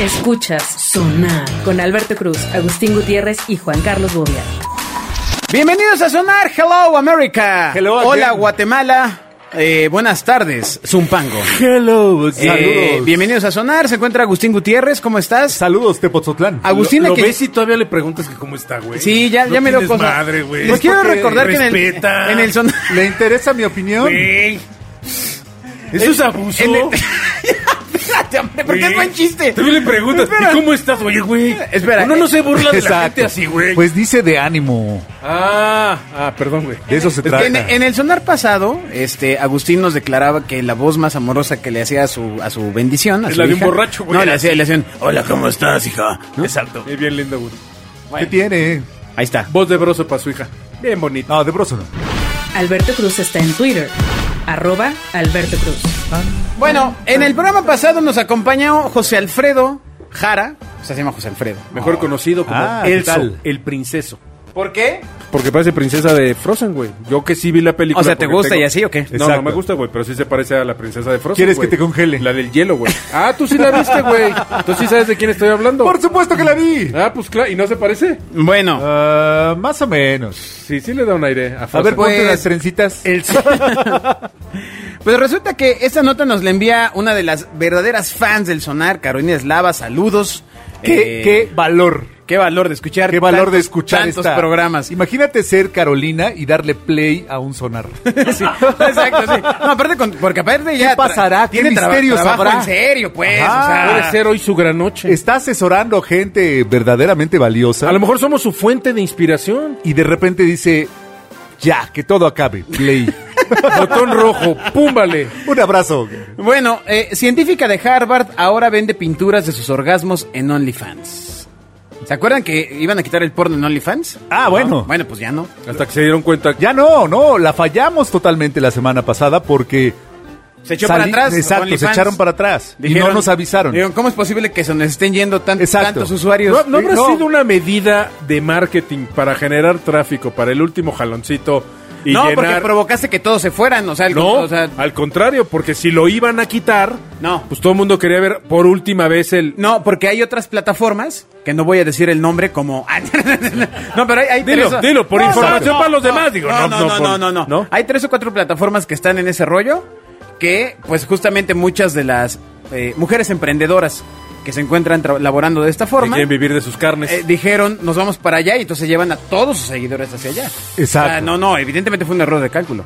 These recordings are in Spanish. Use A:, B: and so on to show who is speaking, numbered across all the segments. A: Escuchas Sonar con Alberto Cruz, Agustín Gutiérrez y Juan Carlos Bobia.
B: Bienvenidos a Sonar. Hello, America.
C: Hello again.
B: Hola, Guatemala. Eh, buenas tardes, Zumpango.
C: Hello, saludos.
B: Eh, bienvenidos a Sonar. Se encuentra Agustín Gutiérrez. ¿ómo estás?
C: Saludos, Tepozotlán.
B: Agustín,
D: lo,
B: aquí-
D: ves y todavía le preguntas que cómo está, güey.
B: Sí, ya,
D: No
B: ya me dio
D: tienes
B: cosa.
D: madre, güey.
B: Les
D: Es
B: quiero
D: porque
B: recordar que en el,
D: respeta.
B: en el Sonar.
C: ¿Le interesa mi opinión?
D: Güey. Eso es abuso.
B: en el- Espérate, hombre, porque es
D: Güey.
B: buen chiste.
D: Todavía le preguntas,
B: Espera.
D: ¿y cómo estás? Oye, güey.
B: Espera.
D: Uno no se burla de la
C: Exacto.
D: gente así, güey.
C: Pues dice de ánimo.
D: Ah, ah, perdón, güey.
C: De eso se
B: Es
C: trata.
B: que en, en el sonar pasado, este Agustín nos declaraba que la voz más amorosa que le hacía a su, a su bendición. A
D: Es
B: su
D: la de un
B: hija-
D: borracho, güey.
B: No, le hacía, le hacían.
D: Hola, ¿cómo estás, hija? Exacto. Es bien linda, güey.
C: ¿Qué tiene?
B: Ahí está.
D: Voz de broso para su hija. Bien bonita.
C: No, de broso no.
A: Alberto Cruz está en Twitter, arroba Alberto Cruz.
B: Bueno, en el programa pasado nos acompañó José Alfredo Jara. O sea, se llama José Alfredo.
D: Mejor conocido como
C: Ah, ¿qué
D: Elso,
C: tal?
D: el princeso.
B: ¿Por qué?
D: Porque parece princesa de Frozen, güey. Yo que sí vi la película.
B: O sea, ¿te
D: porque
B: gusta y así o qué?
D: No,
C: Exacto.
D: no me gusta, güey, pero sí se parece a la princesa de Frozen.
C: ¿Quieres
D: güey.
C: que te congele?
D: La del hielo, güey. Ah, tú sí la viste, güey. Tú sí sabes de quién estoy hablando.
C: Por supuesto que la vi.
D: Ah, pues claro, ¿y no se parece?
B: Bueno,
C: Ah, más o menos.
D: Sí, sí le da un aire a
C: A
D: Frozen.
C: ver, eh, ponte
B: pues,
C: las trencitas.
B: pues resulta que esta nota nos la envía una de las verdaderas fans del sonar, Carolina Eslava. Saludos.
C: ¿Qué,
B: Eh,
C: qué valor.
B: qué valor de escuchar.
C: Qué valor de
B: tantos-
C: escuchar
B: tantos
C: esta-
B: programas.
C: Imagínate ser Carolina y darle play a un sonar.
B: Sí, exacto, sí. No, aparte, con- porque aparte ya. tra-
C: pasará? ¿Qué
B: Tiene traba-
C: misterios
B: trabajo
C: habrá?
B: en serio, pues.
C: Ajá.
B: o sea,
D: Puede ser hoy su gran noche.
C: Está asesorando gente verdaderamente valiosa.
D: A lo mejor somos su fuente de inspiración.
C: Y de repente dice, ya, que todo acabe. Play.
D: Botón rojo, púmbale.
C: un abrazo.
B: Bueno, eh, científica de Harvard ahora vende pinturas de sus orgasmos en OnlyFans. ¿Se acuerdan que iban a quitar el porno en OnlyFans?
C: Ah, bueno.
B: Bueno, pues ya no.
D: Hasta que se dieron cuenta.
C: Ya no, no, la fallamos totalmente la semana pasada porque...
B: Se echó
C: salí-
B: para atrás.
C: Exacto, se
B: OnlyFans.
C: echaron para atrás. y
B: Dijeron-
C: no nos avisaron.
B: Dijeron, ¿cómo es posible que se nos estén yendo tan-
C: Exacto.
B: tantos usuarios?
D: ¿No, no habrá
C: No.
D: sido una medida de marketing para generar tráfico, para el último jaloncito y
B: No, porque
D: llenar?
B: provocaste que todos se fueran. O sea, el-
D: no,
B: o sea,
D: al contrario, porque si lo iban a quitar,
B: No.
D: pues todo el mundo quería ver por última vez el...
B: No, porque hay otras plataformas que no voy a decir el nombre como. no, pero hay. hay
D: Dilo,
B: tres o-
D: dilo, por información para los demás,
B: no,
D: digo,
B: No, no,
D: no,
B: no,
D: no,
B: no,
D: por-
B: no, no.
D: ¿no?
B: Hay tres o cuatro plataformas que están en ese rollo que, pues, justamente muchas de las eh, mujeres emprendedoras que se encuentran tra- laborando de esta
D: Que
B: forma.
D: quieren vivir de sus carnes.
B: eh, dijeron, nos vamos para allá y entonces llevan a todos sus seguidores hacia allá.
C: Exacto.
B: O sea, no, no, evidentemente fue un error de cálculo.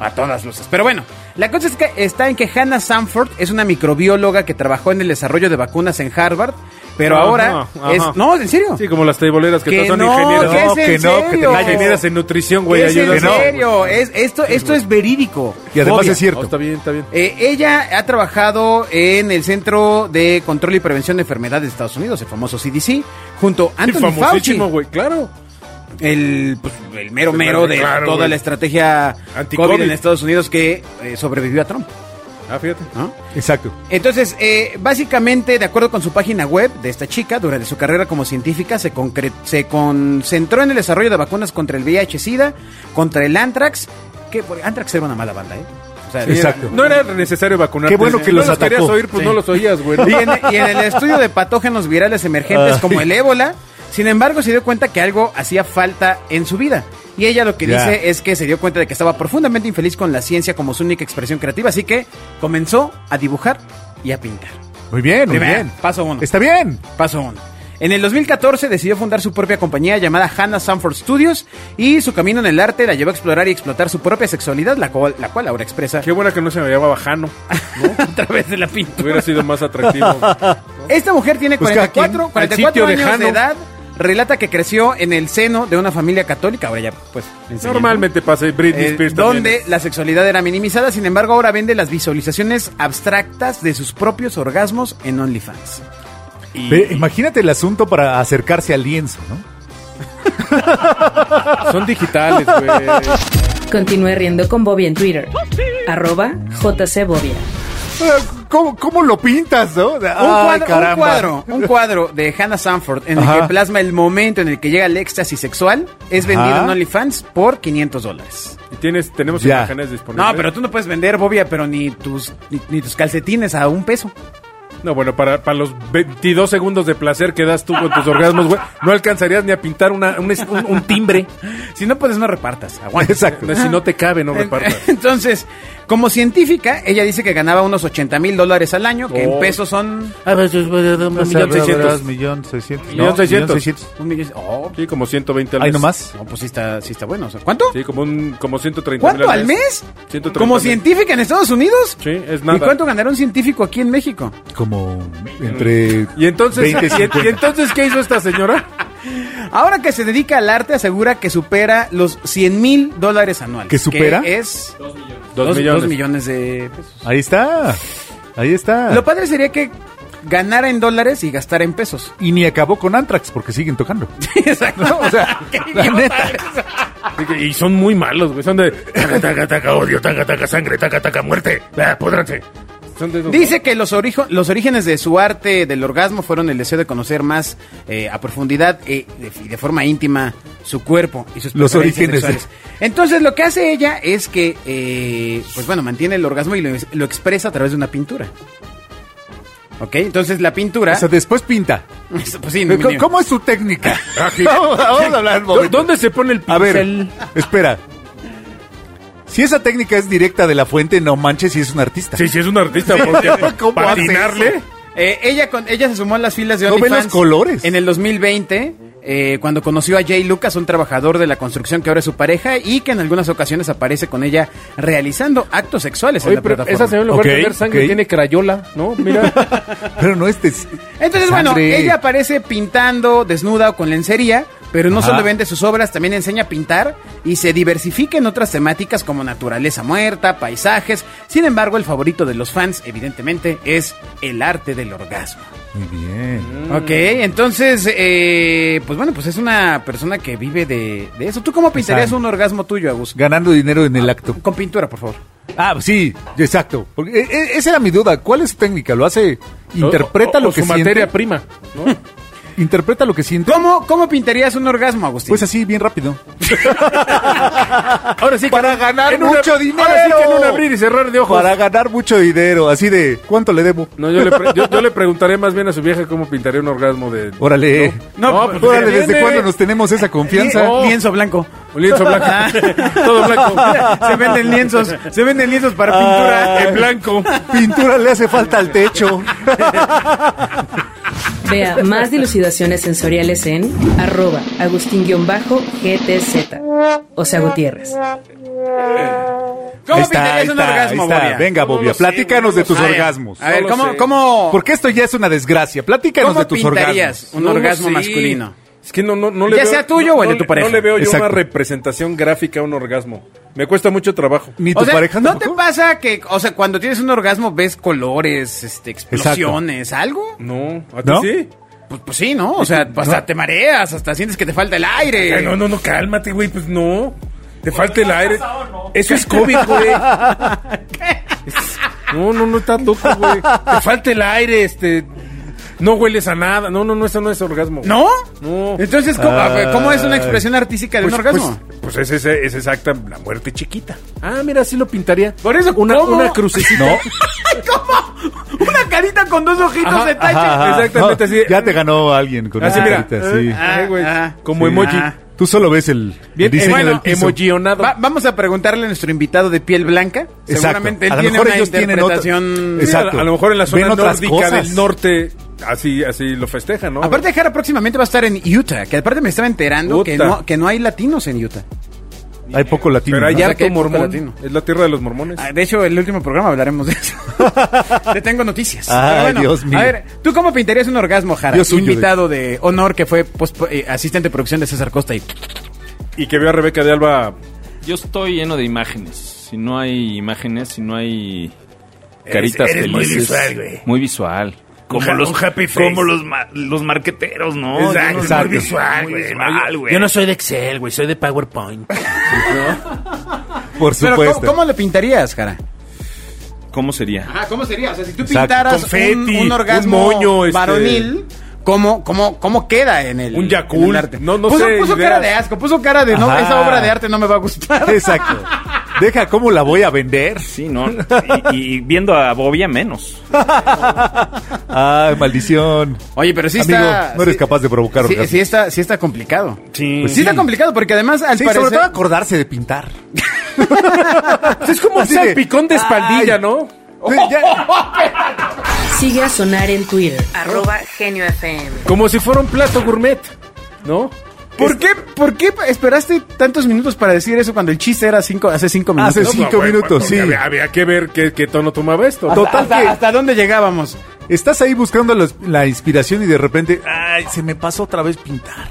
B: A todas luces. Pero bueno, la cosa es que está en que Hannah Sanford es una microbióloga que trabajó en el desarollo de vacunas en Harvard, pero
D: Ajá,
B: ahora
D: ajá.
B: es... No, en serio.
D: Sí, como las teiboleras que,
B: Que
D: todas son
B: no,
D: ingenieras.
B: que es
C: No,
B: en
C: que no, que te
B: serio.
C: calles.
D: Ingenieras en nutrición, güey,
B: Que es en
D: ayúdanos.
B: serio. Es, esto, esto es verídico.
C: Y además
B: Obvio.
C: es cierto.
D: No, está bien, está bien.
B: Eh, ella ha trabajado en el Centro de Control y Prevención de Enfermedades de Estados Unidos, el famoso CDC, junto a
D: Sí,
B: Anthony Fauci,
D: famosísimo, güey, claro.
B: el, pues, el mero mero de
D: Claro,
B: toda
D: güey.
B: la estrategia
D: Anti-COVID.
B: COVID en Estados Unidos que eh, sobrevivió a Trump,
D: Ah, fíjate.
B: ¿no?
C: Exacto.
B: Entonces, eh, básicamente, de acuerdo con su página web de esta chica, durante su carrera como científica se, concre- se concentró en el desarrollo de vacunas contra el VIH-Sida, contra el Antrax, que por- Antrax era una mala banda, ¿eh? O sea,
C: Sí, Exacto.
D: No era necesario vacunarte.
C: Qué bueno que
D: no
C: los atacó.
D: querías oír, pues
B: Sí.
D: no Ah. los oías, güey.
B: Y en, y en el estudio de patógenos virales emergentes como el ébola, sin embargo, se dio cuenta que algo hacía falta en su vida. Y ella lo que
C: Ya.
B: dice es que se dio cuenta de que estaba profundamente infeliz con la ciencia como su única expresión creativa, así que comenzó a dibujar y a pintar.
C: Muy bien, muy
B: Primer-
C: bien.
B: Paso uno.
C: Está bien.
B: Paso 1. En el 2014 decidió fundar su propia compañía llamada Hannah Sanford Studios y su camino en el arte la llevó a explorar y explotar su propia sexualidad, la cual, la cual ahora expresa
D: Qué buena que no se me llamaba Jano.
B: a través de la pintura.
D: Hubiera sido más atractivo.
B: Esta mujer tiene
C: Pues cada
B: 44,
C: quien,
D: al sitio
B: 44
D: de
B: años de,
D: Jano.
B: edad. Relata que creció en el seno de una familia católica, ahora ya pues enseñando.
D: Normalmente pasa y Britney
B: Eh,
D: Spears también.
B: donde la sexualidad era minimizada, sin embargo ahora vende las visualizaciones abstractas de sus propios orgasmos en OnlyFans.
D: Y-
C: Ve, imagínate el asunto para acercarse al lienzo, ¿no?
D: Son digitales, güey.
A: Continúe riendo con Bobia en Twitter, arroba JC Bobia.
C: Ah, ¿Cómo, cómo lo pintas, no? Ay,
B: Un cuadro, un
C: caramba.
B: cuadro, un cuadro de Hannah Sanford en el
C: Ajá.
B: que plasma el momento en el que llega el éxtasis sexual es vendido
C: Ajá.
B: en OnlyFans por 500 dólares.
D: Y tienes, tenemos
C: Ya.
D: imágenes disponibles.
B: No, pero tú no puedes vender, Bobia, pero ni tus, ni, ni tus calcetines a un peso.
D: No, bueno, para, para los 22 segundos de placer que das tú con tus orgasmos, güey, no alcanzarías ni a pintar una, un, es- un- un timbre.
B: Si no puedes, no repartas. Aguanta.
C: Exacto.
D: No, Si no te cabe, no repartas.
B: Entonces, como científica, ella dice que ganaba unos 80 mil dólares al año, que en
D: Oh.
B: pesos son...
C: A Pues, ver, un
D: millón seiscientos.
C: Millón seiscientos.
D: Millón seiscientos.
C: No, millón seiscientos.
B: un millón- Oh,
D: Sí, como 120 al
C: Ahí
D: mes.
C: nomás.
B: no, pues sí está, sí está bueno. o sea, ¿Cuánto?
D: Sí, como, un, como 130
B: ¿Cuánto al mes?
D: 130
B: ¿Como
D: mil.
B: científica en Estados Unidos?
D: Sí, es nada.
B: ¿Y cuánto ganará un científico aquí en México?
C: Como entre...
D: ¿Y entonces,
C: 20,
D: y- y, entonces qué hizo esta señora?
B: Ahora que se dedica al arte, asegura que supera los 100 mil dólares anuales.
C: ¿Que supera?
B: Que es dos,
D: Dos,
B: dos
D: millones.
B: millones. de pesos.
C: Ahí está. Ahí
D: Ah.
C: está.
B: Lo padre sería que ganara en dólares y gastara en pesos.
C: Y ni acabó con Anthrax porque siguen tocando.
B: Exacto.
C: O sea, la neta.
D: Así que- Y son muy malos, güey. Son de. Taca, taca, taca, odio, taca, taca, sangre, taca, taca, muerte. Ah, pudranse. Son de esos-
B: Dice que los, orijo- los orígenes de su arte del orgasmo fueron el deseo de conocer más eh, a profundidad eh, de- y de, forma íntima su cuerpo y sus
C: Los
B: preferencias
C: orígenes de-
B: sexuales. Entonces lo que hace ella es que, eh, pues bueno, mantiene el orgasmo y lo, lo expresa a través de una pintura. ¿Ok? Entonces la pintura...
C: O sea, después pinta.
B: pues sí, no,
C: ¿Cómo,
B: ni-
C: cómo es su técnica?
D: Ágil.
C: Vamos, vamos a hablar un
D: ¿Dó-
C: momento.
D: ¿Dónde se pone el pincel?
C: A ver, espera. Si esa técnica es directa de la fuente, no manches si es un artista.
D: Sí, sí, es un artista. Porque
C: ¿Cómo hace
D: patinarle.
C: eso?
B: Eh, ella, con, ella se sumó a las filas de
C: No ve
B: OnlyFans
C: los colores.
B: En el 2020, eh, cuando conoció a Jay Lucas, un trabajador de la construcción que ahora es su pareja y que en algunas ocasiones aparece con ella realizando actos sexuales en
D: Oye,
B: la
D: pero
B: plataforma.
D: esa señora, en lugar
C: Ok,
D: de ver sangre,
C: ok.
D: tiene crayola, ¿no? Mira.
C: Pero no este. es-
B: Entonces, bueno,
C: Sangre.
B: ella aparece pintando, desnuda o con lencería, pero no
C: Ajá.
B: solo vende sus obras, también enseña a pintar y se diversifica en otras temáticas como naturaleza muerta, paisajes. Sin embargo, el favorito de los fans, evidentemente, es el arte del orgasmo.
C: Muy bien.
B: Ok, entonces, eh, pues bueno, pues es una persona que vive de, de eso. ¿Tú cómo pintarías
C: Exacto.
B: un orgasmo tuyo, Agus?
C: Ganando dinero en el acto.
B: Con pintura, por favor.
C: Ah, sí, exacto. Porque, eh, eh, esa era mi duda. ¿Cuál es su técnica? ¿Lo hace? ¿Interpreta
D: O- o-
C: lo
D: o
C: que
D: su
C: siente?
D: materia prima. ¿no?
C: ¿Interpreta lo que siente?
B: ¿Cómo, cómo pintarías un orgasmo, Agustín?
C: Pues así, bien rápido.
D: Ahora sí que
C: Para
D: no-
C: ganar
D: en una-
C: mucho dinero.
D: Ahora sí que en un abrir y cerrar de ojos.
C: Para ganar mucho dinero. Así de, ¿cuánto le debo?
D: No, yo le, pre- yo, yo le preguntaré más bien a su vieja cómo pintaría un orgasmo de
C: Órale.
D: No, no, pues,
C: Órale,
D: ¿qué
C: ¿desde
D: tiene?
C: cuándo nos Oh. tenemos esa confianza?
D: No.
B: oh. Lienzo blanco.
D: un lienzo blanco. Todo blanco.
B: se venden lienzos, se venden lienzos para pintura.
D: En blanco.
C: Pintura le hace falta al techo.
A: Vea más dilucidaciones sensoriales en arroba agustín-gtz. O sea, Gutiérrez.
B: ¿Cómo
C: Ahí está,
B: pintarías
C: ahí
B: un
C: está,
B: orgasmo,
C: ahí está.
B: Bobia?
C: Venga,
D: No
C: Bobia,
D: lo sé,
C: platícanos
D: no
C: de
D: lo
C: tus
D: sé.
C: orgasmos.
B: A ver,
D: No lo
B: ¿cómo,
D: sé.
B: cómo,
C: Porque esto ya es una desgracia. Platícanos
B: cómo
C: de tus
B: pintarías
C: orgasmos.
B: un
D: No lo
B: orgasmo
D: sé.
B: masculino?
D: Es que no, no, no le
B: Ya
D: veo-
B: sea tuyo
D: no-
B: o el de
D: no
B: tu
D: le-
B: pareja.
D: No le veo yo
C: Exacto.
D: una representación gráfica a un orgasmo. Me cuesta mucho trabajo.
C: Ni tu
B: O sea,
C: pareja
B: ¿no te
C: tampoco?
B: pasa que, o sea, cuando tienes un orgasmo ves colores, este, explosiones, algo?
D: No, ¿a ti
C: ¿No?
D: sí?
B: Pues, pues sí, ¿no? O sea, hasta te mareas, hasta sientes que te falta el aire.
D: Ay, no, no, no, cálmate, güey, pues no. Te falta el aire. Eso es COVID, güey. Es- No, no, no está loco, güey. Te falta el aire, este. No hueles a nada. No, no, no, eso no es orgasmo. güey.
B: ¿No?
D: No.
B: Entonces, ¿cómo,
C: Ah.
B: cómo es una expresión artística de
D: Pues,
B: un orgasmo?
D: Pues, pues es, ese- es exacta la muerte chiquita. Ah, mira, así lo pintaría.
B: Por eso,
D: una,
B: ¿cómo?
D: una crucecita.
C: No.
B: una carita con dos ojitos
D: Ajá,
B: de tache.
C: Ajá, ajá.
D: Exactamente
C: No,
D: así.
C: Ya te ganó alguien con
D: Así,
C: esa
D: mira.
C: carita, sí.
D: Ah,
B: Ah,
D: güey.
B: ah,
D: Como
B: sí.
D: emoji.
B: Ah.
C: Tú solo ves el, el
D: Bien, eh,
C: diseño
D: bueno,
C: del piso.
D: emojionado.
B: Va- vamos a preguntarle a nuestro invitado de piel blanca.
C: Exacto.
B: Seguramente él
C: A lo
B: tiene
C: mejor
B: una
C: ellos tienen otra-
B: interpretación.
C: Es-
D: Sí, a-
C: Exacto.
D: A, lo mejor en la zona
C: Ven otras
D: nórdica
C: cosas.
D: del norte, así, así lo festejan, ¿no?
B: Aparte, Jara próximamente va a estar en Utah, que aparte me estaba enterando que
D: Utah.
B: no, que no hay latinos en Utah.
C: Hay poco latino.
D: Pero
C: ¿no?
D: hay
B: allá- O sea, que
D: harto
B: hay poco
D: mormón.
B: latino.
D: Es la tierra de los mormones.
B: Ah, De hecho, el último programa hablaremos de eso. Te tengo noticias.
C: Ay,
B: Pero
C: Dios mío.
B: A ver, ¿tú cómo pintarías un orgasmo, Jara?
C: Dios suyo,
B: invitado de honor que fue pospo- eh, asistente de producción de César Costa y
D: Y que veo a Rebeca de Alba.
E: Yo estoy lleno de imágenes. Si no hay imágenes, si no hay caritas
F: eres muy
E: felices.
F: visual, güey.
E: Muy visual. Como
F: ja-
E: los,
F: un happy face.
E: como los, ma- los marqueteros, ¿no?
F: Exacto,
E: Yo no-
F: exacto.
E: Muy visual,
F: Muy
E: güey.
F: visual.
E: mal, güey.
F: Yo no soy de Excel, güey, soy de PowerPoint.
C: por
B: Pero,
C: supuesto.
B: ¿cómo, cómo lo pintarías, Jara?
E: ¿Cómo sería?
B: Ajá, ¿cómo sería? O sea, si tú
C: Exacto.
B: pintaras
D: Confeti,
B: un, un orgasmo
D: un moño, este-
B: varonil, ¿cómo, cómo, ¿cómo queda en el,
D: Un Yakult.
B: en el arte?
D: No- no
B: puso,
D: sé,
B: puso
D: ideas.
B: cara de asco, puso cara de no,
C: Ajá.
B: esa obra de arte no me va a gustar.
C: Exacto. Deja cómo la voy a vender.
E: Sí, no. Y, y viendo a Bobia, menos.
C: Ay, Ah, maldición.
B: Oye, pero sí
C: Amigo,
B: está...
C: no eres
B: sí-
C: capaz de provocar
B: sí,
C: orgasmo.
B: sí está, sí está complicado.
D: Sí.
B: Pues sí, está complicado porque además al
C: Sí,
B: parecer...
C: sobre todo acordarse de pintar.
D: Es como un
C: Así de-
D: salpicón de espaldilla,
C: Ay.
D: ¿no?
B: "Oh,
C: Sí, ya-
A: Sigue a Sonar en Twitter, arroba Genio FM.
D: Como si fuera un plato gourmet, ¿no?
B: ¿Por qué, ¿Por qué esperaste tantos minutos para decir eso cuando el chiste era cinco, hace cinco minutos?
C: Hace cinco
D: bueno,
C: minutos,
D: porque
C: sí.
D: Había, había que ver qué, qué tono tomaba esto. ¿no?
C: Total
B: ¿Hasta,
C: que
B: hasta dónde llegábamos?
C: estás ahí buscando los- la inspiración y de repente, "Ah, ay, se me pasó otra vez pintar.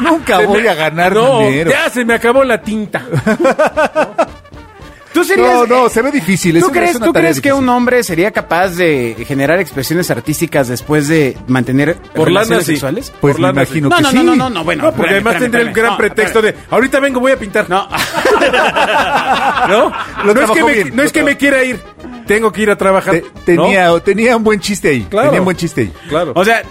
C: Nunca
D: Se me-
C: voy a ganar
D: no,
C: dinero.
D: Ya se me acabó la tinta.
B: ¿Tú serías,
C: No, no, se ve difícil. es
B: ¿Tú
C: una- es
B: crees,
C: una
B: ¿tú
C: tarea
B: crees que
C: difícil.
B: un hombre sería capaz de generar expresiones artísticas después de mantener
D: Por lana,
B: relaciones
D: sí.
B: sexuales?
C: Pues
D: Por
C: me
D: lana,
C: imagino
B: No,
C: que
B: no,
C: sí.
B: no, no, no, no, bueno.
D: no, porque
B: espérame,
D: además
B: espérame,
D: tendría el
B: espérame.
D: gran
B: No,
D: pretexto de ahorita vengo, voy a pintar. No,
C: Lo
D: no, es, que
C: trabajó
D: me,
C: bien,
D: no
C: lo
D: es que me
C: trabajó.
D: quiera ir. Tengo que ir a trabajar.
C: Te- tenía, tenía un buen chiste ahí.
D: Claro.
C: Tenía un buen chiste ahí.
D: ¿no? Claro.
B: O sea,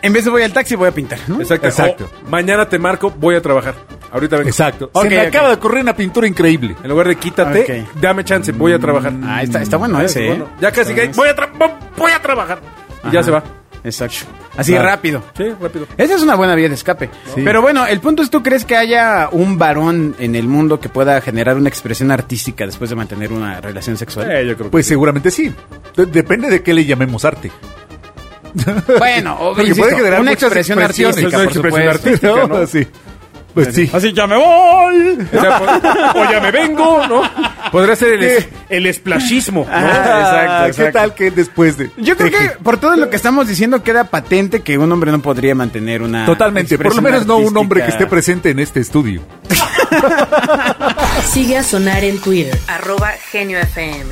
B: en vez de voy al taxi, voy a pintar, ¿no?
D: exacto.
C: exacto.
D: O, mañana te marco, voy a trabajar. Ahorita vengo.
C: Exacto.
B: Ok,
C: se me
B: ok.
C: acaba de ocurrir una pintura increíble.
D: En lugar de quítate,
B: Ok.
D: dame chance, voy a trabajar.
B: Ah, está, está bueno
D: Oh. Ah,
B: ese, ¿eh?
D: bueno. Ya casi que voy a, tra- voy a trabajar. Y ya
B: Ajá.
D: se va.
B: Exacto. Así
C: Claro.
B: rápido.
D: Sí, rápido.
B: Esa es una buena vía de escape.
C: Sí.
B: Pero bueno, el punto es, ¿tú crees que haya un varón en el mundo que pueda generar una expresión artística después de mantener una relación sexual?
D: Eh, yo creo que
C: Pues seguramente sí. De- Depende de qué le llamemos arte.
B: Bueno, o-
C: Porque
B: insisto,
C: puede generar
B: una
C: muchas
B: expresión
C: expresiones.
B: artística,
D: Una
B: por
D: expresión
B: supuesto.
D: artística. Artística, ¿no?
C: Sí. Pues sí.
B: Así ya me voy.
D: O sea, po- o ya me vengo, ¿no? Podría ser el, es-
C: ¿Qué?
D: el esplashismo, ¿no?
C: Ah,
B: exacto, exacto.
C: ¿Qué tal que después de.?
B: Yo creo que por todo lo que estamos diciendo queda patente que un hombre no podría mantener una
C: Totalmente, por lo
B: expresión
C: menos no un hombre que esté
B: artística.
C: presente en este estudio.
A: Sigue a Sonar en Twitter, arroba Genio FM.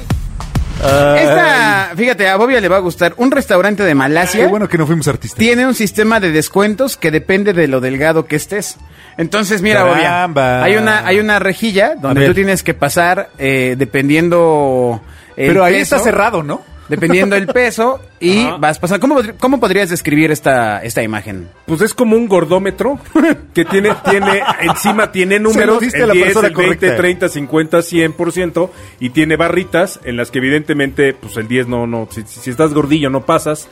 B: Esta, fíjate, a Bobia le va a gustar. Un restaurante de Malasia
C: Qué Ah. bueno que no fuimos artistas.
B: ¿Ah, tiene un sistema de descuentos que depende de lo delgado que estés. Entonces, mira, Bobia,
C: Caramba.
B: hay una, hay una rejilla donde
C: ver.
B: tú tienes que pasar eh, dependiendo el
C: Pero ahí
B: peso,
C: está cerrado, ¿no?
B: Dependiendo el peso y
D: Ajá.
B: vas pasando. ¿Cómo, podri- cómo podrías describir esta, esta imagen?
D: Pues es como un gordómetro que tiene, tiene, encima tiene
C: Se lo
D: números,
C: diste a
D: el
C: la
D: 10,
C: persona
D: el 20,
C: correcta.
D: 30, 50, 100%, y tiene barritas en las que evidentemente, pues el 10 no, no, si, si estás gordillo no pasas.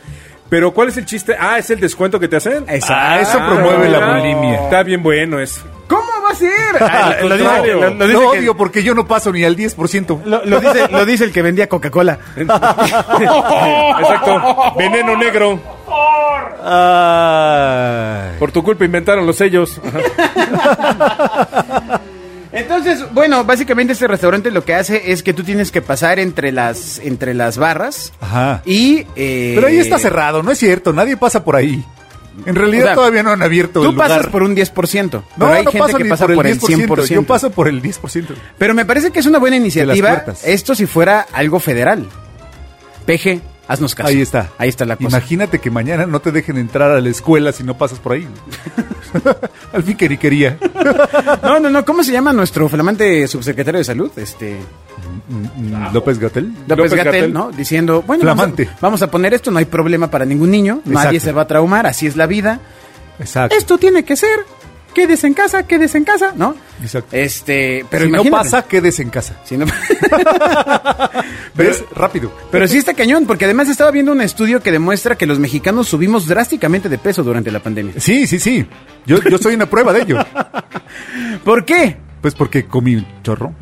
D: Pero ¿cuál es el chiste? Ah, es el descuento que te hacen.
B: Exacto.
C: Ah, eso
D: Ah,
C: promueve la
D: mira.
C: bulimia. Ah,
D: Está bien bueno eso.
B: ¿Cómo va a ser?
D: Al
B: lo, dice,
D: contrario.
B: lo- lo dice
C: No
B: que-
C: odio porque yo no paso ni al 10%.
B: lo- lo dice- lo dice el que vendía Coca-Cola.
D: Exacto. Veneno negro.
C: Ay.
D: Por tu culpa inventaron los sellos.
B: Entonces, bueno, básicamente este restaurante lo que hace es que tú tienes que pasar entre las, entre las barras.
C: Ajá.
B: Y. eh,
C: Pero ahí está cerrado, no es cierto, nadie pasa por ahí. En
B: O
C: realidad
B: sea,
C: todavía no han abierto
B: Tú
C: el
B: pasas
C: lugar.
B: por un 10%.
C: No,
B: pero hay
C: no
B: gente
C: paso
B: que
C: ni
B: pasa por el 100%.
C: Yo paso por el 10%.
B: Pero me parece que es una buena iniciativa.
C: puertas.
B: Esto si fuera algo federal. Peje, haznos caso.
C: Ahí está.
B: Ahí está la cosa.
C: Imagínate que mañana no te dejen entrar a la escuela si no pasas por ahí. Al fin que ni quería.
B: No, no, no. ¿Cómo se llama nuestro flamante subsecretario de salud? Este.
C: López Gatel.
B: López
D: López
B: Gatel,
D: Gatell.
B: ¿no? Diciendo, bueno, vamos a-
C: Flamante.
B: Vamos, a, poner esto, no hay problema para ningún niño, nadie
C: Exacto.
B: se va a traumar, así es la vida.
C: Exacto.
B: Esto tiene que ser, quédese en casa, quédese en casa, ¿no?
C: Exacto.
B: Este, pero
C: si no
B: imagínate.
C: pasa, quedes en casa.
B: Si no-
C: ¿Ves? Rápido.
B: pero sí está cañón, porque además estaba viendo un estudio que demuestra que los mexicanos subimos drásticamente de peso durante la pandemia.
C: Sí, sí, sí. Yo, yo soy una prueba de ello.
B: ¿Por qué?
C: Pues porque comí un chorro.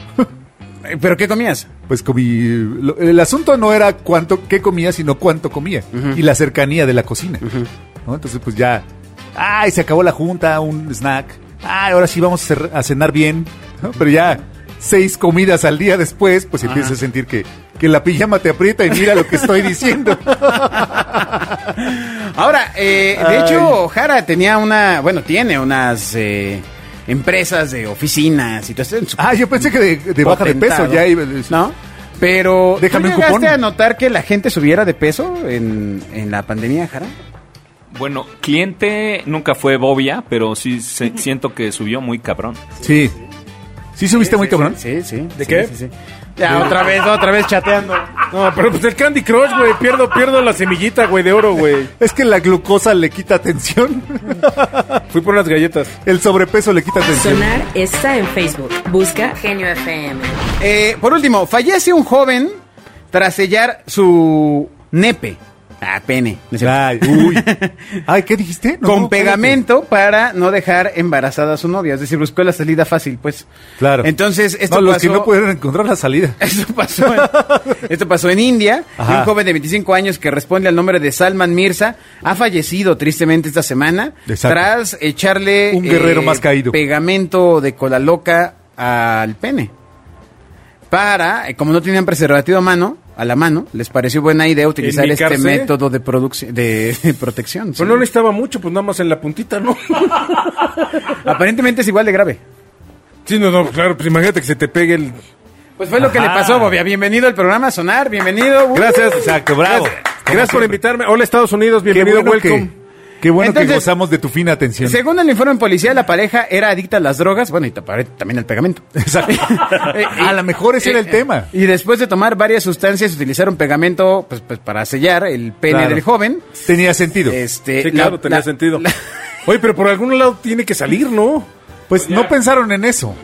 B: Eh, ¿Pero qué comías?
C: Pues comí. lo- el asunto no era cuánto qué comía, sino cuánto comía. Y la cercanía de la cocina. ¿no? Entonces, pues ya. ¡Ay! Se acabó la junta, un snack. ¡Ay! Ahora sí vamos a, cer- a cenar bien. ¿no? Pero ya seis comidas al día después, pues empiezas a sentir que, que la pijama te aprieta y mira lo que estoy diciendo.
B: Ahora, eh, de
C: Ay.
B: hecho, Jara tenía una, bueno, tiene unas eh, empresas de oficinas y todo esto. en su-
C: ah, yo pensé que de, de baja de peso
B: potentado.
C: ya iba.
B: ¿No? Pero ¿tú
C: Déjame un
B: llegaste
C: cupón.
B: a notar que la gente subiera de peso en, en la pandemia, Jara?
E: Bueno, cliente nunca fue Bobia, pero sí se- siento que subió muy cabrón.
C: Sí. ¿Sí subiste muy
B: sí,
C: cabrón?
B: Sí, sí.
D: ¿De
B: sí,
D: qué?
B: sí, sí. Ya, otra vez, otra vez chateando.
D: No, pero pues el Candy Crush, güey. Pierdo, pierdo la semillita, güey, de oro, güey.
C: Es que la glucosa le quita atención.
D: Fui por unas galletas.
C: El sobrepeso le
B: Ah,
C: quita atención.
A: Sonar está en Facebook. Busca Genio FM.
B: Eh, por último, fallece un joven tras sellar su nepe. Ah, pene. no es cierto.
C: Ay, uy. Ay, ¿qué dijiste? No,
B: con
C: no,
B: pegamento para no dejar embarazada a su novia. Es decir, buscó la salida fácil, pues.
C: Claro.
B: Entonces, esto
C: No, los
B: pasó... Eh,
C: que no pudieron encontrar la salida.
B: Esto pasó, en, esto pasó en India.
C: Ajá.
B: Y un joven de 25 años que responde al nombre de Salman Mirza ha fallecido tristemente esta semana
C: Exacto.
B: tras echarle eh,
C: Un guerrero más caído.
B: pegamento de cola loca al pene. Para, eh, como no tenían preservativo a mano, a la mano, les pareció buena idea utilizar este
D: ¿Enmicarse?
B: método de producción de, de protección. sí.
D: Pues no necesitaba mucho, pues nada más en la puntita, ¿no?
B: Aparentemente es igual de grave.
D: Sí, no, no, claro, pues imagínate que se te pegue el.
B: Pues fue lo que le pasó, Bobia. Bienvenido al programa Sonar, bienvenido.
D: Gracias.
C: Exacto, bravo.
D: Gracias, Gracias por invitarme. Hola, Estados Unidos,
C: Qué
D: bienvenido,
C: bueno, que,
D: welcome.
C: qué bueno que
B: Entonces-
C: gozamos de tu fina atención.
B: Según el informe policial, la pareja era adicta a las drogas, bueno, y tapare- también al pegamento. Eh,
C: Exacto.
D: Ah,
C: A lo mejor ese era el tema.
B: Y después de tomar varias sustancias, utilizaron pegamento pues, pues, para sellar el pene
C: Claro.
B: del joven.
C: Tenía sentido.
B: Este,
D: Sí,
B: la-
D: claro, tenía
B: la-
D: sentido.
B: la-
D: Oye, pero por algún lado tiene que salir, ¿no?
C: Pues no pensaron en eso.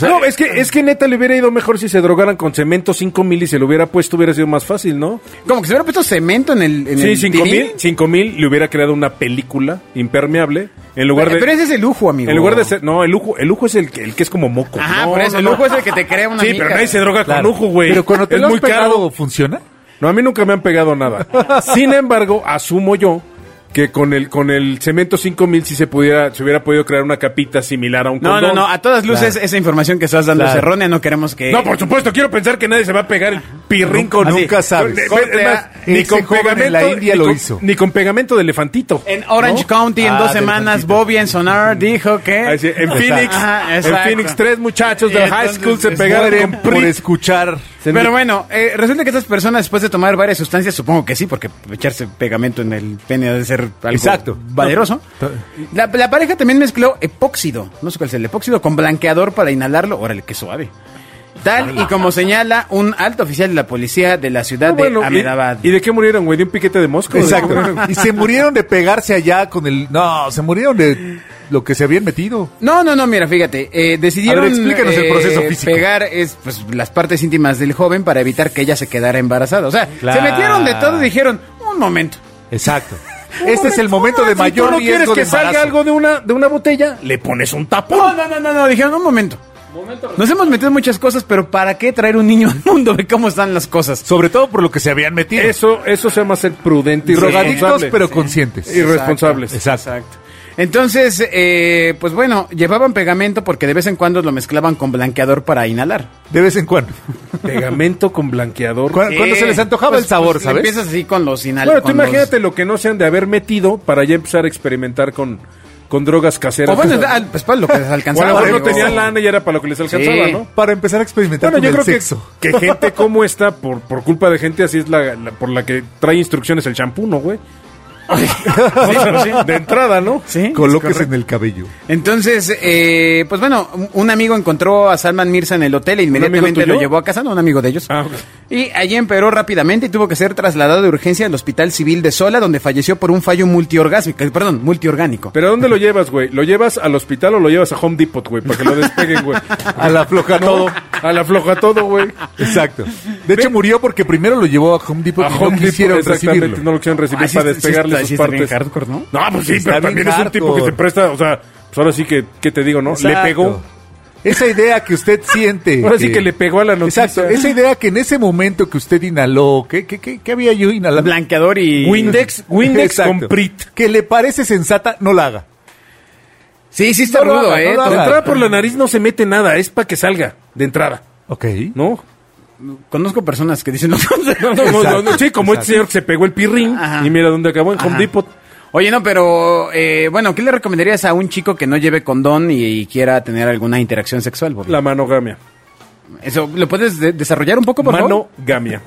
D: no, es que, es que neta le hubiera ido mejor si se drogaran con cemento 5 mil y se lo hubiera puesto, hubiera sido más fácil, ¿no?
B: como que se hubiera puesto cemento en el. En
D: Sí,
B: el
D: 5
B: pirín.
D: mil, 5 mil le hubiera creado una película impermeable en lugar de...
B: Pero ese es el lujo, amigo.
D: en lugar de ser, no, el lujo, el lujo es el que, el que es como moco.
B: Ajá,
D: No,
B: por eso.
D: no,
B: el
D: no.
B: lujo es el que te crea una.
D: Sí,
B: mica.
D: pero nadie se droga
C: Claro.
D: con lujo, güey.
C: Pero cuando te
D: es
C: lo
D: muy
C: has pegado,
D: caro.
C: ¿funciona?
D: No, a mí nunca me han pegado nada. Sin embargo, asumo yo que con el con el cemento 5000 si se pudiera se hubiera podido crear una capita similar a un
B: No,
D: condón.
B: no, no. A todas luces,
C: Claro.
B: esa información que estás dando
C: Claro.
B: es errónea. No queremos que.
D: No, por supuesto, quiero pensar que nadie se va a pegar el pirrín con...
C: Nunca
D: con-
C: sabes.
D: de-
C: Corte
D: eh, es más,
C: a-
D: ni
C: ese
D: con
C: joven en
D: pegamento...
C: la India
D: ni
C: lo
D: con-
C: hizo.
D: Ni con pegamento de elefantito.
B: En Orange
C: ¿No?
B: County, en
C: Ah,
B: dos
C: del
B: semanas,
C: tantito.
B: Bobby en Sonar dijo que.
D: Así, Ah, en
B: Exacto.
D: Phoenix,
B: Ajá,
D: en
B: exacto.
D: Phoenix, tres muchachos de la high
B: Entonces,
D: school se
B: es
D: pegaron
B: mueren
D: con
C: Por
D: pri-
C: escuchar.
B: Pero bueno, eh, resulta que estas personas después de tomar varias sustancias, supongo que sí, porque echarse pegamento en el pene debe ser algo
C: Exacto.
B: valeroso.
C: No.
B: La, la pareja también mezcló epóxido, no sé cuál es el epóxido, con blanqueador para inhalarlo. Órale, qué suave. Tal y como señala un alto oficial de la policía de la ciudad
D: Ah, bueno,
B: de
D: ¿y-
B: Ahmedabad.
D: ¿y, de qué murieron, güey? ¿De un piquete de mosco? ¿De
C: Exacto.
D: qué murieron?
C: Y se murieron de pegarse allá con el. No, se murieron de lo que se habían metido.
B: No, no, no, mira, fíjate, eh, decidieron
C: A ver, explícanos el
B: eh,
C: proceso físico.
B: pegar es, pues, las partes íntimas del joven para evitar que ella se quedara embarazada. O sea,
C: Claro.
B: se metieron de todo y dijeron, un momento,
C: Exacto. Este es el momento de
D: Si tú
C: mayor
D: no quieres
C: riesgo de
D: que salga
C: embarazo.
D: algo de una, de una botella, le pones un tapón.
B: No, no, no, no, no, dijeron, un momento. Nos hemos metido en muchas cosas, pero ¿para qué traer un niño al mundo? Ve cómo están las cosas.
C: Sobre todo por lo que se habían metido.
D: Eso, eso se llama ser prudente y
C: Drogadictos,
D: responsable.
C: pero conscientes.
D: Irresponsables.
C: Exacto.
B: Entonces, eh, pues bueno, llevaban pegamento porque de vez en cuando lo mezclaban con blanqueador para inhalar.
C: De vez en cuando.
D: Pegamento con blanqueador.
C: Cu- Cuando se les antojaba el sabor,
B: le
C: ¿sabes?
B: Pues, Empiezas así con los inhalantes.
D: Bueno, tú imagínate lo que no se han de haber metido para ya empezar a experimentar con, con drogas caseras.
B: O bueno,
D: O sea,
B: ah, pues para lo que les
D: o a
B: alcanzaba.
D: lo mejor no
B: digo.
D: tenían lana y era para lo que les alcanzaba,
B: Sí.
D: ¿no?
C: Para empezar a experimentar
D: Bueno,
C: con
D: yo creo
C: el
D: que,
C: sexo.
D: que gente como esta, por, por culpa de gente así, es la, la- por la que trae instrucciones el champú, ¿no, güey? De entrada, ¿no?
B: Sí, es
C: Coloques
B: correcto.
C: en el cabello.
B: Entonces, eh, pues bueno, un- un amigo encontró a Salman Mirza en el hotel e inmediatamente
D: tuyo?
B: lo llevó a casa, no, un amigo de ellos.
D: Ah, ok.
B: Y allí empeoró rápidamente y tuvo que ser trasladado de urgencia al Hospital Civil de Sola, donde falleció por un fallo multiorgásmico, eh, perdón, multiorgánico.
D: ¿Pero a dónde lo llevas, güey? ¿Lo llevas al hospital o lo llevas a Home Depot, güey? Para que lo despeguen, güey.
C: A la floja
D: No,
C: todo.
D: A la floja todo, güey.
C: Exacto. De hecho, murió porque primero lo llevó a Home Depot
D: A
C: y
D: Home
C: Pues, no
D: Depot,
C: quisieron
D: exactamente,
C: recibirlo.
D: no lo quisieron recibir
B: Ah, sí, sí,
D: para
B: sí,
D: despegarle
B: está-
D: sus
B: sí está
D: partes.
B: bien hardcore, ¿no?
D: pues sí,
C: Está
D: pero
C: bien
D: también es un tipo que se
C: hardcore.
D: presta, o sea, pues ahora sí que, ¿qué te digo, no?
C: Exacto.
D: Le pegó.
C: Esa idea que usted siente.
D: Ahora sí que le pegó a la noticia.
C: Exacto. Esa idea que en ese momento que usted inhaló, ¿qué, qué, qué, qué había yo inhalado?
B: Blanqueador y...
D: Windex, Windex
C: Exacto.
D: con Prit.
C: Que le parece sensata, no la haga.
B: Sí, sí está
C: No lo
B: rudo,
C: haga,
B: ¿eh?
C: no lo
D: De
C: haga.
D: entrada por la nariz no se mete nada, es para que salga, de entrada,
C: Ok.
D: ¿no?
B: Conozco personas que dicen... No,
D: No, no, no, no, no, sí, como este señor que se pegó el pirrín
B: Ajá.
D: y mira dónde acabó, en
B: Ajá.
D: Home Depot.
B: Oye, no, pero, eh, bueno, ¿qué le recomendarías a un chico que no lleve condón y, y quiera tener alguna interacción sexual, Bobby?
D: La manogamia.
B: Eso, ¿Lo puedes de- desarrollar un poco, por favor?
D: Manogamia.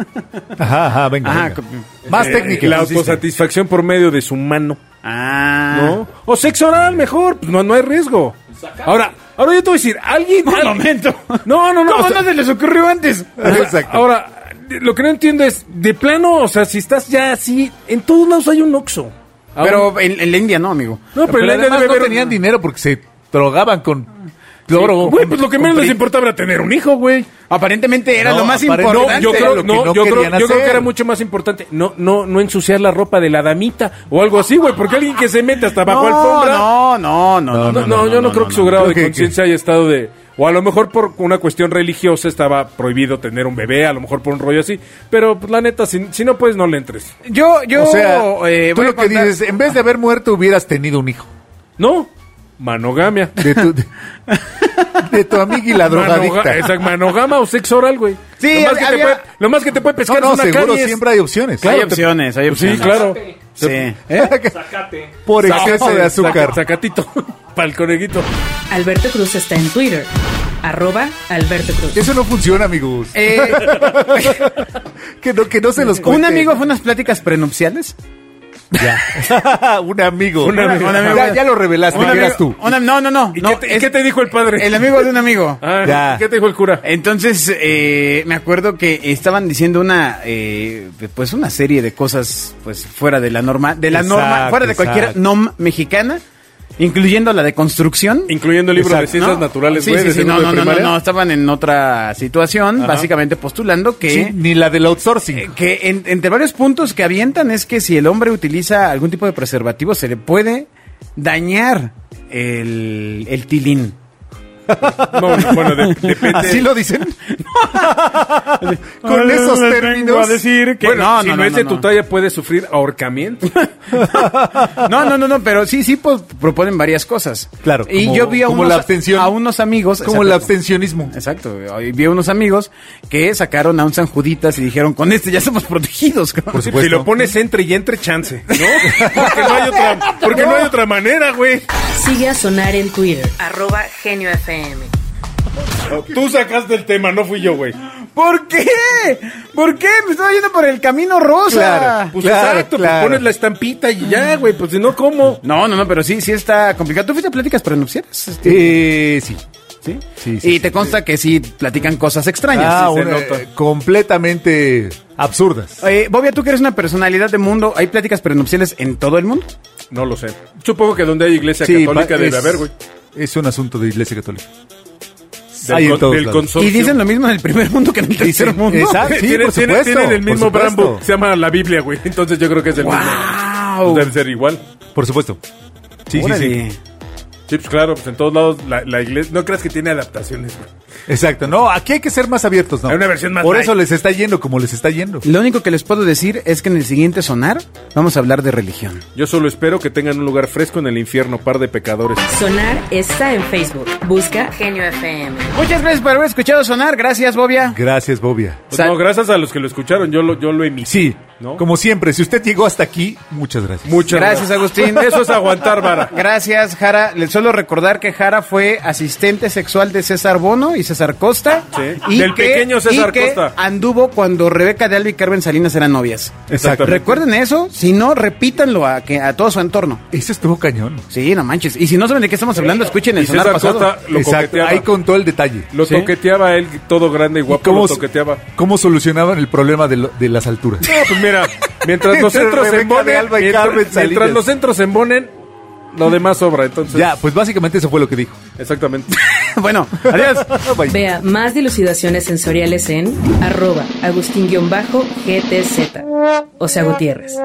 C: Ajá, ajá, venga.
B: Ajá,
C: venga.
B: co-
C: Más
D: Eh,
C: técnica.
D: La
C: pusiste.
D: autosatisfacción por medio de su mano,
B: Ah.
D: ¿no? O sexo oral, mejor, pues no, no hay riesgo. Ahora, ahora yo te voy a decir, alguien...
B: Un
D: al-
B: momento.
D: No, no, no. o
B: ¿Cómo
D: sea,
B: no se les ocurrió antes?
C: Exacto.
D: Ahora, de- lo que no entiendo es, de plano, o sea, si estás ya así, en todos lados hay un Oxxo. Aún-
B: Pero en, en la India no, amigo.
D: no, pero,
C: Pero,
D: la
C: además
D: debe
C: no
D: haber-
C: tenían dinero porque se drogaban con cloro.
D: Güey, pues lo que
C: con
D: menos les
C: pri-
D: importaba era tener un hijo, güey.
B: Aparentemente era
C: No,
B: lo más
C: aparente-
B: importante.
D: No, yo
C: era lo
D: creo,
C: que
D: no,
C: no
D: yo, creo,
C: querían
D: yo creo
C: hacer.
D: que era mucho más importante no, no, no ensuciar la ropa de la damita o algo así, güey, porque alguien que se mete hasta bajo alfombra. No,
B: no, no, no, no,
D: no,
B: no.
D: yo no, creo que su grado
C: Creo
D: de
C: que-
D: conciencia haya estado de. O a lo mejor por una cuestión religiosa estaba prohibido tener un bebé, a lo mejor por un rollo así. Pero pues, la neta, si, si no puedes, no le entres.
B: Yo, yo,
C: O sea,
B: eh,
C: tú
B: voy a
C: lo que
B: contar-
C: dices, en vez de haber muerto hubieras tenido un hijo.
D: No, manogamia.
C: De tu, de, de tu amiga y la drogadicta.
D: Manoga- esa- manogama o sexo oral, güey.
B: Sí,
D: lo, más que
B: había-
D: te puede, lo más que te puede
C: No,
D: pescar
C: no,
D: es una
C: seguro
D: caries.
C: siempre hay opciones.
B: Hay
D: Claro, te-
B: opciones, hay
D: Sí,
B: opciones.
D: claro.
B: Sí.
C: Por exceso de azúcar.
D: Saca- Sacatito. Para el conejito.
A: Alberto Cruz está en Twitter. Arroba Alberto Cruz.
C: Eso no funciona, amigos.
B: Eh,
C: Que no, que no se los cuente.
B: un amigo fue a unas pláticas prenupciales.
C: Ya. un amigo.
D: Un amigo.
C: Ya- Ya, lo revelaste,
B: Un
C: que
B: amigo-
C: eras tú.
B: un am- no, no, no.
D: ¿Y
B: no,
D: qué, te,
B: es-
D: qué te dijo el padre?
B: El amigo de un amigo.
D: Ah,
C: Ya.
D: ¿Qué te dijo el cura?
B: Entonces, eh, me acuerdo que estaban diciendo una, eh, pues una serie de cosas, pues fuera de la norma, de la
C: Exacto,
B: norma, fuera de cualquier
C: exacto.
B: norma mexicana, incluyendo la de construcción.
D: Incluyendo el libro de
B: Exacto,
D: ciencias
B: ¿no?
D: naturales,
B: Sí,
D: güey,
B: sí,
D: de
B: sí,
D: segundo
B: no,
D: de
B: no, no, no,
D: primaria.
B: no, estaban en otra situación,
D: Ajá.
B: básicamente postulando que...
C: Sí, ni la del outsourcing.
B: eh, Que en- entre varios puntos que avientan es que si el hombre utiliza algún tipo de preservativo se le puede dañar el, el tilín.
D: No, no, bueno, de- depende.
C: ¿Así lo dicen? Con esos términos.
D: que
B: Bueno,
D: no,
B: no,
D: si
B: no,
D: no,
B: no,
D: es de
B: no,
D: tu
B: no.
D: talla, puedes sufrir ahorcamiento.
B: No, no, no, no, pero sí, sí pues, proponen varias cosas.
C: Claro,
B: Y
C: como-
B: yo vi a
C: como
B: unos,
C: la abstención.
B: a unos amigos.
C: Como
B: exacto,
C: el abstencionismo.
B: Exacto. Y vi a unos amigos que sacaron a un San Juditas y dijeron, con este ya somos protegidos. cabrón".
C: Por supuesto.
D: si lo pones entre y entre, chance. ¿No? Porque no hay otra, porque no hay otra manera, güey.
A: Sigue a sonar en Twitter. Arroba Genio FM.
D: Tú sacaste el tema, no fui yo, güey.
B: ¿Por qué? ¿Por qué? Me estaba yendo por el camino rosa.
C: Claro.
D: Pues
C: Claro,
D: exacto,
C: claro.
D: pues pones la estampita y ya, güey. Pues si no, ¿cómo?
B: No, no, no, pero sí, sí está complicado. ¿Tú fuiste a pláticas prenupciales? Este,
C: Eh, sí.
B: ¿Sí?
C: sí,
B: y
C: sí,
B: te
C: sí.
B: consta que sí platican cosas extrañas.
C: Ah,
B: Sí, se
C: una-
B: nota.
C: eh, completamente absurdas.
B: Eh, Bobia, tú que eres una personalidad de mundo, ¿hay pláticas prenupciales en todo el mundo?
D: No lo sé. Supongo que donde hay iglesia católica
C: pa-
D: debe
C: es-
D: haber, güey.
C: Es un asunto de iglesia católica.
D: Del
C: Hay en
D: con-
C: todos
D: del
C: lados.
D: consorcio.
B: Y dicen lo mismo en el primer mundo que en el
C: Dicen,
B: tercer mundo.
C: exacto. Ah, sí,
D: tiene,
C: por
D: tiene-
C: supuesto,
D: tiene el
C: por
D: mismo
C: supuesto.
D: Brambo. Se llama la Biblia, güey. Entonces yo creo que es el mismo.
B: ¡Guau!
D: Debe ser igual.
C: Por supuesto. Sí, sí,
B: Órale.
C: sí.
D: Sí, pues claro, pues en todos lados la, la iglesia. No creas que tiene adaptaciones, güey.
C: Exacto. No, aquí hay que ser más abiertos, ¿no?
D: Hay una versión más
C: Por
D: light.
C: eso les está yendo como les está yendo.
B: Lo único que les puedo decir es que en el siguiente sonar vamos a hablar de religión.
D: Yo solo espero que tengan un lugar fresco en el infierno, par de pecadores.
A: Sonar está en Facebook. Busca Genio FM.
B: Muchas gracias por haber escuchado sonar. Gracias, Bobia.
C: Gracias, Bobia.
D: Pues
B: Sal-
D: no, gracias a los que lo escucharon, yo lo, yo lo emití.
C: Sí,
D: ¿No?
C: como siempre, si usted llegó hasta aquí, muchas gracias.
D: Muchas
B: Gracias, Agustín.
D: Eso es aguantar, vara.
B: Gracias, Jara. Les suelo recordar que Jara fue asistente sexual de César Bono y César Costa.
D: Sí.
B: Y
D: Del
B: que-
D: pequeño César
B: y que
D: Costa.
B: Anduvo cuando Rebeca de Alba y Carmen Salinas eran novias.
C: Exacto.
D: Exactamente.
B: Recuerden eso. Si no, repítanlo a, que, a todo su entorno.
C: Eso estuvo cañón.
B: Sí, no manches. Y si no saben de qué estamos hablando, escuchen
D: Y
B: el sonar
D: César
B: pasado.
D: Costa lo
C: Exacto,
D: coqueteaba.
C: ahí contó el detalle.
D: Lo
B: ¿Sí?
D: toqueteaba él, todo grande y guapo,
C: ¿Cómo,
D: lo
C: s-
D: toqueteaba.
C: cómo solucionaban el problema de, lo- de las alturas?
D: No, pues mira, mientras los
C: Entre
D: centros se
C: Rebeca de
D: embonen,
C: Alba y
D: mientras,
C: Carmen Salinas.
D: mientras los centros se embonen, lo demás sobra, entonces.
C: ya, pues básicamente eso fue lo que dijo.
D: Exactamente.
B: bueno, adiós.
C: Bye.
A: Vea más dilucidaciones sensoriales en arroba Agustín-GTZ. O sea, Gutiérrez.